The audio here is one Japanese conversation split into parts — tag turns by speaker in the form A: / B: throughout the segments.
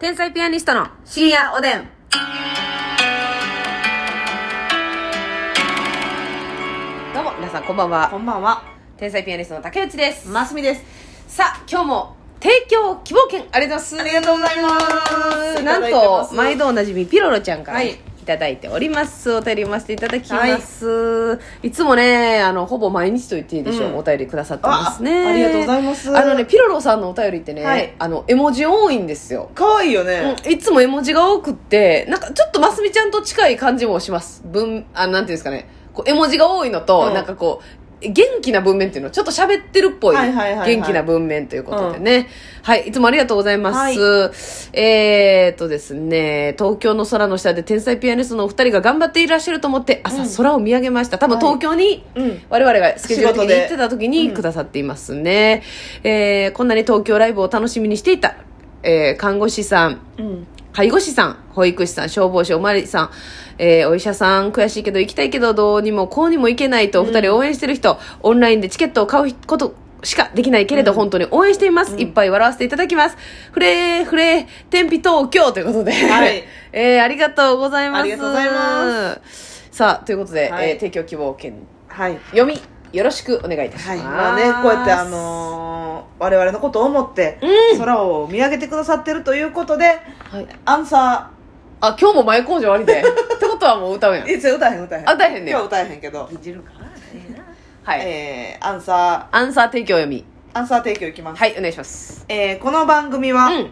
A: 天才ピアニストの深夜おでん。どうも、皆さんこんばん
B: こ
A: は。
B: んばんは、
A: 天才ピアニストの竹内です。
B: ますみです。
A: さあ、今日も提供希望券ありがとうございます。
B: ありがとうございます
A: なん
B: いただいてま
A: と、
B: す
A: 毎度おなじみピロロちゃんから、
B: はいい
A: ただいております。お便り読ませていただきます。い、つもね、あの、ほぼ毎日と言っていいでしょう、
B: うん
A: お便りくださってますね。
B: あありがとうございます
A: あのね、ピロロさんのお便りってね、
B: はい
A: あの、絵文字多いんですよ。
B: 可愛いよね。
A: うんいつも絵文字が多くって、なんかちょっとますみちゃんと近い感じもします。文、あ、なんていうんですかね。こう絵文字が多いのと、
B: うん
A: なんかこう、元気な文面っていうの、ちょっと喋ってるっぽい。
B: はいはいはいはい
A: 元気な文面ということでね、はい、いつもありがとうございます。えーっとですね、東京の空の下で天才ピアニストのお二人が頑張っていらっしゃると思って、朝空を見上げました。多分
B: はい
A: 東京に、
B: うん
A: 我々がスケジュール的
B: 仕事
A: に
B: で
A: 行ってた時にくださっていますね。えーこんなに東京ライブを楽しみにしていた、えー看護師さん、
B: うん。
A: 介護士さん、保育士さん、消防士、おまわりさん、えーお医者さん、悔しいけど行きたいけど、どうにもこうにも行けないと、お二人応援してる人、オンラインでチケットを買うこと、しかできないけれど、本当に応援しています、いっぱい笑わせていただきます。ふれー、ふれー、天日東京ということで。
B: はい。
A: えーありがとうございます。。
B: ありがとうございます
A: さあ、ということで、
B: はい
A: えー提供希望券、
B: はい。
A: 読み、よろしくお願いいたしま
B: は
A: す。
B: い。まあね、こうやってあのー我々のことを思って、空を見上げてくださってるということで、
A: はい
B: アンサ
A: あ、今日も前工場あり で。ってことはもう歌うやん
B: ー、。いつ歌えへん歌えへん。
A: あ歌えへんねや
B: 今日歌えへんけど、
A: はい。
B: えー、アンサ
A: アンサー提供読み。
B: ー、アンサー提供いきます。
A: はい、お願いします。
B: えー、この番組は、
A: うん。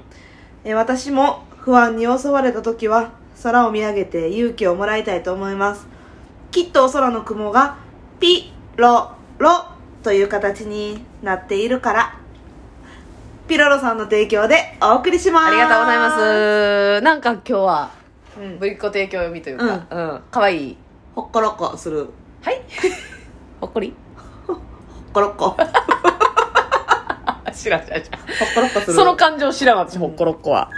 B: えー私も不安に襲われた時は空を見上げて勇気をもらいたいと思いますきっとお空の雲がピロロという形になっているからピロロさんの提供でお送りします
A: ありがとうございます。なんか今日は、
B: す、うん、
A: ぶりっ子提供読みというか、うん。かわいい。
B: ほっころっこするほ
A: はい ほっこり
B: っころっこほっ
A: あ、知らん知らん知らん
B: ころっこする
A: その感情知らん私、ほっころっこは。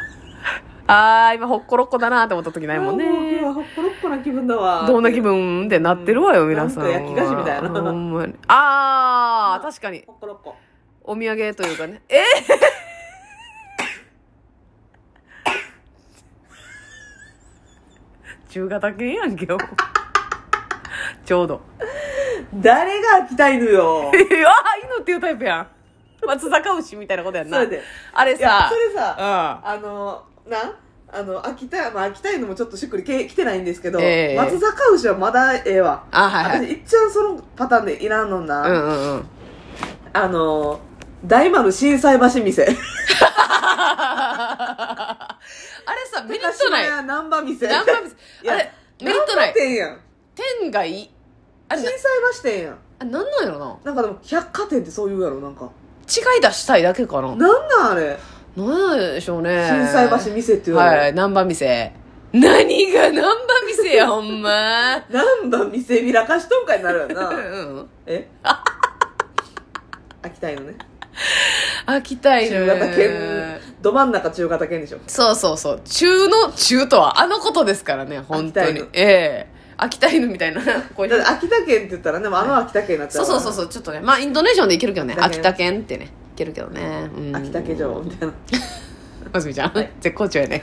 A: あー、今ほっころっこだなーって思った時ないもん
B: あーもう今日
A: ね。
B: はほっころっこな気分だわ
A: どんな気分ってなってるわよ、
B: うん
A: 皆さんは。
B: なんか焼き菓子みたいな
A: ほんまにあー、確かに。
B: ほっころっこ
A: お土産というかね。え ー中型犬やんけよ。ちょうど。
B: 誰が飽きたいのよ
A: いやあ犬っていうタイプやん松坂牛みたいなことやんな
B: そうやで
A: あれ
B: いや
A: さ
B: それさ、
A: う
B: あの、なんあの、秋田、まあ、秋田犬もちょっとしっくりけ来てないんですけど、
A: ええ
B: 松阪牛はまだええわ。
A: んあはいはい
B: 私、いっちゃんそのパターンでいらんのんな。
A: うんうん うん
B: あの、大丸震災橋店。
A: あれさメリットない
B: 高島屋難波店。
A: 何回も
B: いや
A: あれメリットない
B: 難波店やん。
A: 天がいいあれ
B: 震
A: な
B: 災橋店やん。
A: あなんなんやろな
B: なんかでも、百貨店ってそう言うやろ、なんか。
A: 違い出したいだけかなな
B: なんなんあれ。
A: んなんでしょうね
B: 震災橋店って言うや
A: は
B: ろ。
A: いはい難波店何が難波店 やほんま
B: なんだ店びらかしとんかになるよ
A: う ん
B: な。
A: うん
B: え 秋田犬ね。
A: 秋田犬
B: 中型犬ど真ん中中型犬でしょ
A: そうそうそう。中の中とは、あのことですからね、本当
B: 秋田
A: に
B: 犬。
A: ええ秋田犬みたいな。こういう
B: だって秋田県って言ったらねもうあの秋田県になっちゃ
A: そううそうそう
B: う
A: そう、ちょっとね。まあ、インドネシアンでいけるけどね。
B: だけ
A: 秋田県ってね。いけるけどね。うん
B: 秋田県城みたいな
A: ますみちゃん、
B: はい
A: 絶好調やね。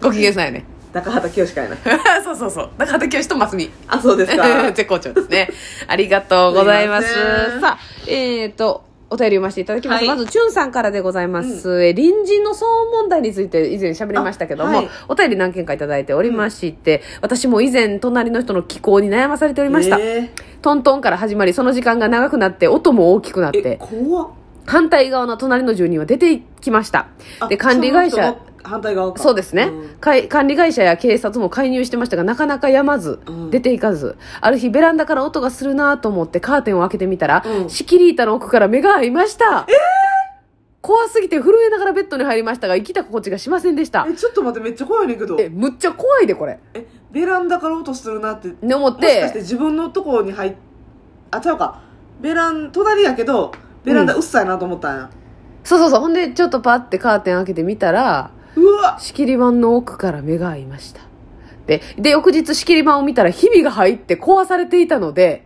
A: ご機嫌さんや ね。
B: 中畑清か やな
A: そうそうそう。だから、今日とますみ。
B: あそうですか
A: 絶好調ですね。ありがとうございます。
B: すいません
A: さあ、えっ、と、お便り読ませていただきます。
B: はい
A: まず、チュンさんからでございます。えー隣人の騒音問題について以前喋りましたけども、
B: あはい
A: お便り何件かいただいておりまして、私も以前、隣の人の気候に悩まされておりました。
B: え
A: トントンから始まり、その時間が長くなって、音も大きくなっ
B: ー、え
A: て、
B: 怖っ
A: 反対側の隣の住人は出ていきました。
B: あ
A: で、管理会
B: その
A: 社
B: 人、の反対側か
A: そうですね、
B: ん
A: かい管理会社や警察も介入してましたがなかなかやまず、
B: うん
A: 出ていかずある日ベランダから音がするなと思ってカーテンを開けてみたら、
B: うん
A: 仕切り板の奥から目が合いました、怖すぎて震えながらベッドに入りましたが生きた心地がしませんでした
B: えちょっと待ってめっちゃ怖いねんけど
A: えむっちゃ怖いでこれ
B: えベランダから音するなっても
A: ね思っ
B: しかして
A: て
B: 自分のとこに入っあちゃうかベラン隣やけどベランダうっさいなと思ったんや、
A: そうそうそうほんでちょっとパッてカーテン開けてみたら
B: うわ
A: 仕切り板の奥から目が合いましたでで翌日仕切り板を見たらひびが入って壊されていたので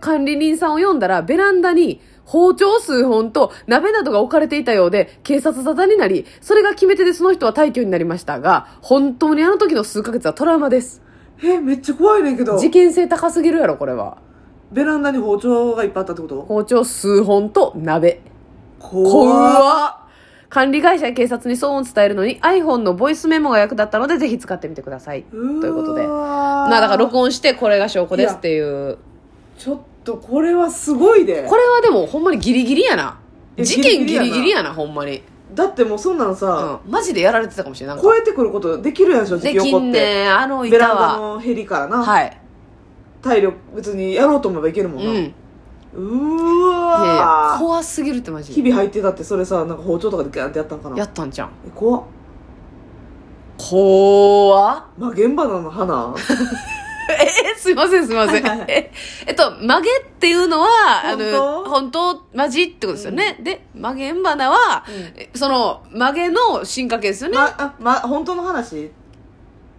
A: 管理人さんを呼んだらベランダに包丁数本と鍋などが置かれていたようで、警察沙汰になり、それが決め手でその人は退去になりましたが、本当にあの時の数ヶ月はトラウマです。
B: えめっちゃ怖いねんけど
A: 事件性高すぎるやろ、これは。
B: ベランダに包丁がいっぱいあったってこと
A: 包丁数本と鍋。
B: 怖っ
A: っ管理会社や警察に騒音を伝えるのに iPhone のボイスメモが役立ったので、ぜひ使ってみてください。と
B: うわ
A: いうことで。まあだから録音してこれが証拠ですっていう。
B: ちょっとこれはすごいで
A: これはでもほんまにギリギリやな。
B: いや
A: 事件ギリギ
B: ギリギ
A: リ
B: リや
A: やな、ほんまに。
B: だってもうそんなん
A: う
B: さ、
A: ん。マジでやられてたかもしれんない。
B: 超えてくることできるやんしょ
A: で
B: 時起
A: き
B: こ
A: ん
B: って
A: ねあの
B: ベラ
A: 板
B: ンダ
A: は。
B: のヘリからな、
A: はい。
B: 体力別にやろうと思えばいける
A: う
B: も
A: んん。
B: な、
A: いやい
B: ーわー
A: や、怖すぎるってマジ
B: 日
A: で。
B: 々入ってたってそれさなんか包丁とかでガーンってやったんかな
A: やったんじゃん。
B: え怖っ
A: 怖っ。
B: まあ現場なの花
A: えー、すいません、すいません。
B: はいはい
A: え、えっと、曲げっていうのは、あの、本
B: 本
A: 当、マジってことですよね。で、曲げん花は、
B: うん
A: えその、曲げの進化系ですよね。
B: まあま本当の話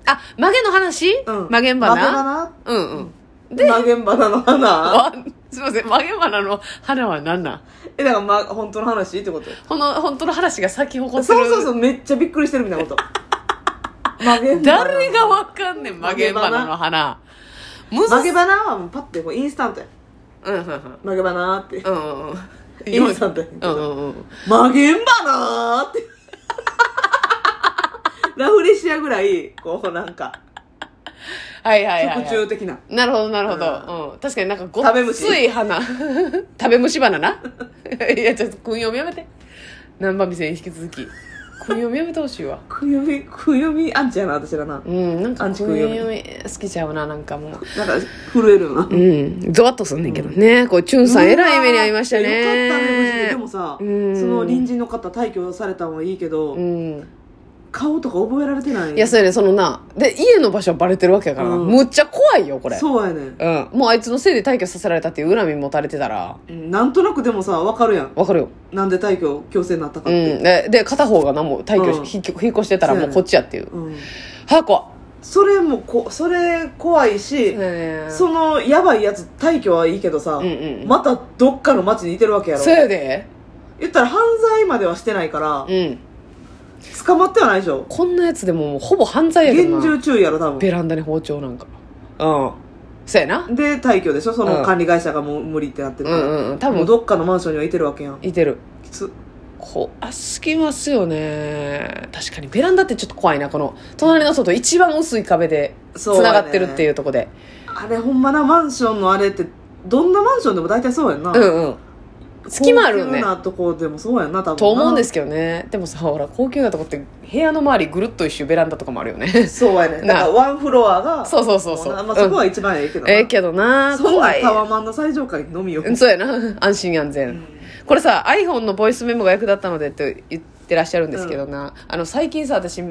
A: あ、曲げの話、
B: うん
A: 曲げん
B: マゲバ
A: 花
B: ナ
A: うんうん。
B: マゲンバナの花
A: わすいません、曲げ花の花は何なん
B: えだから、ま、本当の話ってこと
A: この、本当の話が先誇
B: そう
A: ってる。
B: そうそうめっちゃびっくりしてるみたいなこと マゲンバナ
A: 誰がわかんねん、曲げ花の花。むず
B: マゲバナはもうパッてもうインスタントや
A: うんうんうん。
B: マゲバナーって
A: うんうんうん。
B: インスタントや
A: うんうんうん。
B: マゲンバナ ーってラフレシアぐらいこうなんか
A: はいはいはい、はい。
B: 特注的な
A: なるほどなるほど、うん確かになんかごっつ
B: 食べ
A: い花 食べ虫花ないやちょっと訓読みやめて南波美線引き続き訓読みやめてほしいわ
B: くよみくよみアンチやな私らな
A: うんなんか
B: アン
A: 訓
B: チ訓読み
A: 読み好きちゃうななんかもう
B: なんか震えるな
A: うんゾワッとすんねんけどね、こうチュンさんえらい目に遭いましたね
B: よかったね無事ででもさ、
A: うん
B: その隣人の方退去されたのはいいけど、
A: うん
B: 顔とか覚えられてない
A: いやそうやねそのなで家の場所はバレてるわけやから、
B: うん
A: むっちゃ怖いよこれう、
B: そうやねん
A: ん、もうあいつのせいで退去させられたっていう恨み持たれてたら
B: うんなんとなくでもさ分かるやん
A: わかるよ
B: なんで退去強制になったかっ
A: う
B: て、
A: ん、でで片方が何も退去し、
B: う
A: 引っ
B: ん
A: 越引っ越してたらもうこっちやっていう
B: うん
A: はあ怖
B: それもこそれ怖いし、
A: っ
B: そのやばいやつ退去はいいけどさ、
A: うんうんうん
B: またどっかの町にいてるわけやろ
A: そうやで
B: 言ったら犯罪まではしてないから、
A: うん
B: 捕まってはないでしょ
A: こんなやつでももうほぼ犯罪やけど
B: 厳
A: な
B: 重注意やろ多分
A: ベランダに包丁なんかうんそうやな
B: で退去でしょそ
A: うん
B: の管理会社がもう無理ってなって
A: う
B: るから、
A: んうんうん多
B: もう
A: 分
B: どっかのマンションにはいてるわけやん
A: いてる
B: きつ
A: 怖すぎますよね確かにベランダってちょっと怖いなこの隣の外一番薄い壁でつ
B: そうやね
A: ながってるっていうとこで
B: あれほんまなマンションのあれってどんなマンションでも大体そうやんな、
A: う,、んうん隙間あるよね
B: 高級なとこでもそうやんな多分な
A: と思うんですけどねでもさほら高級なとこって部屋の周りぐるっと一周ベランダとかもあるよね
B: そうやね
A: な
B: だからワンフロアが
A: そうそうそうそう
B: もなまあ、 そこは一番ええけどな、
A: ええけどな
B: そんな
A: 怖
B: ん
A: い
B: タワマンの最上階のみよ、
A: うんそうやな安心安全、これさ iPhone のボイスメモが役立ったのでって言ってらっしゃるんですけどな、あの最近さ私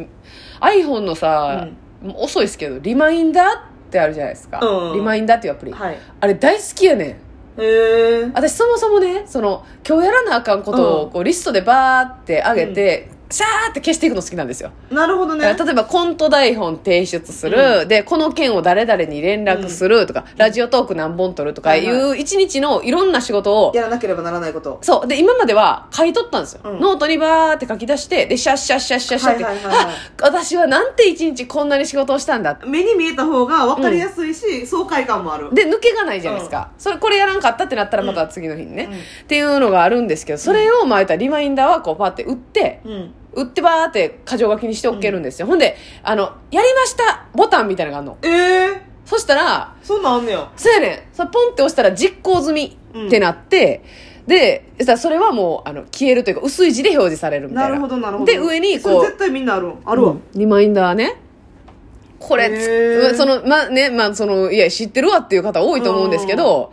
A: iPhone のさ、もう遅いですけどリマインダーってあるじゃないですか、
B: うん
A: リマインダーっていうアプリ、
B: はい
A: あれ大好きやねん
B: へえ
A: 私そもそもねその今日やらなあかんこと
B: う
A: をこうリストでバーって上げて、シャーって消していくの好きなんですよ、
B: なるほどね
A: だから例えばコント台本提出する、でこの件を誰々に連絡するとか、ラジオトーク何本撮るとかい
B: はいう
A: 一日のいろんな仕事を
B: やらなければならないこと
A: そう。で、今までは買い取ったんですよ。
B: うん
A: ノートにバーって書き出して、で、シャッシャッシャッシャッシャッって、
B: はいはいはいはい
A: あ私はなんて一日こんなに仕事をしたんだって。
B: 目に見えた方が分かりやすいし、爽快感もある
A: で、抜けがないじゃないですか。それ、これやらんかったってなったらまた次の日にね。
B: うん
A: っていうのがあるんですけど、それを、まあ、言ったらリマインダーはこう、パーって売って、
B: うん
A: 売ってバーって箇条書きにしておけるんですよ。ほんで、あの、やりましたボタンみたいなのがあるの。
B: ええ
A: そしたら、
B: そんなんあんねや
A: そうやねん。それポンって押したら実行済みってなって、で、そしたらそれはもう、あの、消えるというか、薄い字で表示されるみたい
B: な
A: な。
B: るほどなるほど
A: で、上に
B: それ
A: こ
B: 絶
A: う、
B: 対みんなあるあるわ、
A: うんリマインダーね。これ
B: へ
A: つ、
B: ー
A: その、まあね、まあその、いや、知ってるわっていう方多いと思うんですけど、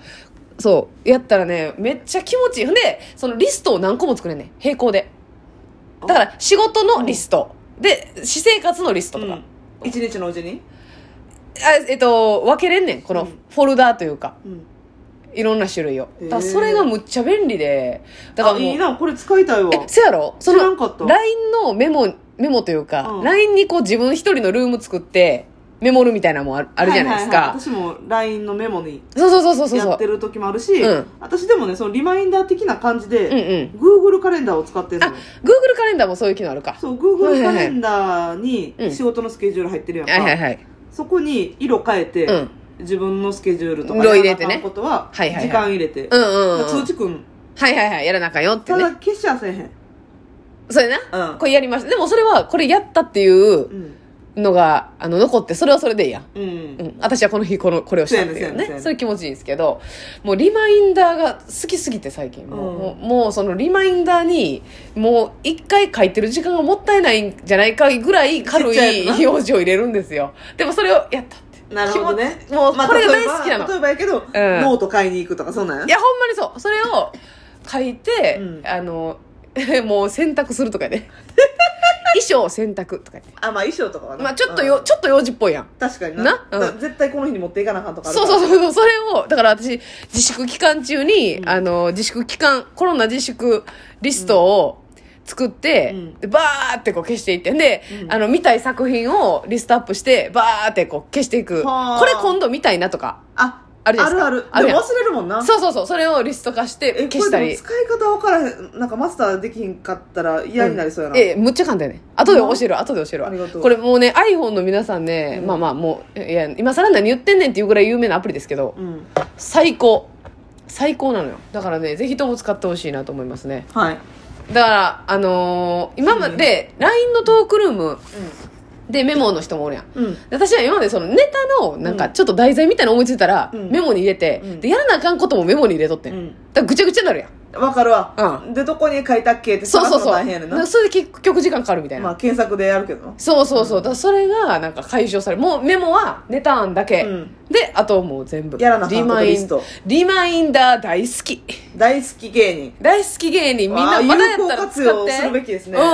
A: そう、やったらね、めっちゃ気持ちいい。ほんで、そのリストを何個も作れんねん。並行で。だから、仕事のリスト。で、私生活のリストとか。
B: うん一日のうちに、
A: あえっと、分けれんねん。この
B: うん
A: フォルダーというか。
B: うん、
A: いろんな種類を。だ
B: へー
A: からそれがむっちゃ便利で。だから
B: あ
A: もう。
B: いいなこれ使いたいわ
A: え、せやろそ
B: 知らんかっ
A: の、
B: た
A: LINE のメモ、メモというか、
B: うん
A: LINE にこう自分一人のルーム作って、メモるみたいなのもあるあるじゃないですか。
B: ははは私も LINE のメモに
A: そうそうそうそうそう。
B: やってる時もあるし、
A: うん
B: 私でもねそのリマインダー的な感じで、
A: う
B: Google カレンダーを使ってるの
A: あ
B: よ、
A: Google カレンダーもそういう機能あるか。
B: そう Google カレンダーに
A: うん
B: 仕事のスケジュール入ってるやんか、
A: はいはいはい。
B: そこに色変えて、
A: うん。
B: 自分のスケジュールとか
A: 色入れてね
B: やらなあかんことは
A: はいはいはい
B: 時間入れて、
A: うんうんうん。
B: 通知くん
A: はいはいはい。やらなあかんよって
B: た
A: ね
B: だ。消しはせえへん
A: そうやな。
B: うん
A: これやりました。でもそれは、これやったっていう
B: うん
A: のが、あの、残って、それはそれでいいやん。
B: うん、
A: うん、私はこの日このこれをしたっていう
B: そうやねそうやね
A: ねそれ気持ちいいんですけどもうリマインダーが好きすぎて最近もう,
B: うん
A: もう、もうそのリマインダーにもう一回書いてる時間がもったいないんじゃないかぐらい軽
B: ちっちゃい
A: い
B: やつ
A: 表
B: な
A: 情を入れるんですよでもそれを やったって
B: なるほどね
A: 気持ちもう
B: まあ
A: これが大好きなの、
B: 例えば例えばやけど、ノート買いに行くとかそうなんや
A: いやほんまにそうそれを書いて、
B: うん
A: あの もう洗濯するとか ね衣装洗濯とかね
B: あまあ衣装とかはな
A: まあちょっとよ、
B: うん
A: ちょっと用事っぽいやん
B: 確かにな
A: なうん
B: だ絶対この日に持っていかなあかんとかあるか
A: そう
B: ら
A: そうそう、それを、だから私、自粛期間中に、
B: うん
A: あの、自粛期間、コロナ自粛リストを作って、
B: うん
A: でバーってこう消していって、で、
B: うん
A: あの、見たい作品をリストアップして、バーってこう消していく。こ
B: はあ
A: れ今度見たいなとか。
B: あ
A: あるじゃ
B: あ
A: ないです
B: る
A: かあ
B: ある
A: る
B: で
A: やん
B: も忘れるもんな
A: そうそうそう、それをリスト化して
B: えこ
A: 消し
B: れ
A: た
B: でも
A: り。
B: 使い方分からへんなんかマスターできひんかったら嫌になりそうやな、
A: ええむっちゃ簡単やね後で教える後で教えるわ
B: ありがとう
A: これもうね iPhone の皆さんね、
B: うん
A: まあまあもういや今更何言ってんねんっていうぐらい有名なアプリですけど、
B: うん
A: 最高最高なのよだからねぜひとも使ってほしいなと思いますね
B: はい、
A: だからあのー今まで LINE のトークルームでメモの人もおるやん
B: うんうん、
A: 私は今までそのネタのなんかちょっと題材みたいなの思いついたら
B: うん
A: メモに入れて、
B: うん
A: でやらなあかんこともメモに入れとってん、
B: うん
A: だからぐちゃぐちゃになるやん
B: わかるわ、
A: う
B: でどこに書いたっけって
A: そうそう
B: 探すの
A: そう
B: 大変やねんな
A: それで結局時間かかるみたいな、
B: まあ検索でやるけどな
A: そうそうそうだからそれがなんか解消されるもうメモはネタ案だけ、
B: うん
A: であともう全部
B: やらなあか
A: リ
B: んこと
A: マイ
B: リス
A: ン
B: ト
A: リマインダー大好き
B: 大好き芸人
A: 大好き芸人みん
B: あ
A: な
B: ー
A: まだやった
B: 有
A: ら
B: 効
A: 使
B: 活
A: っ
B: 用
A: て
B: するべきですね
A: うん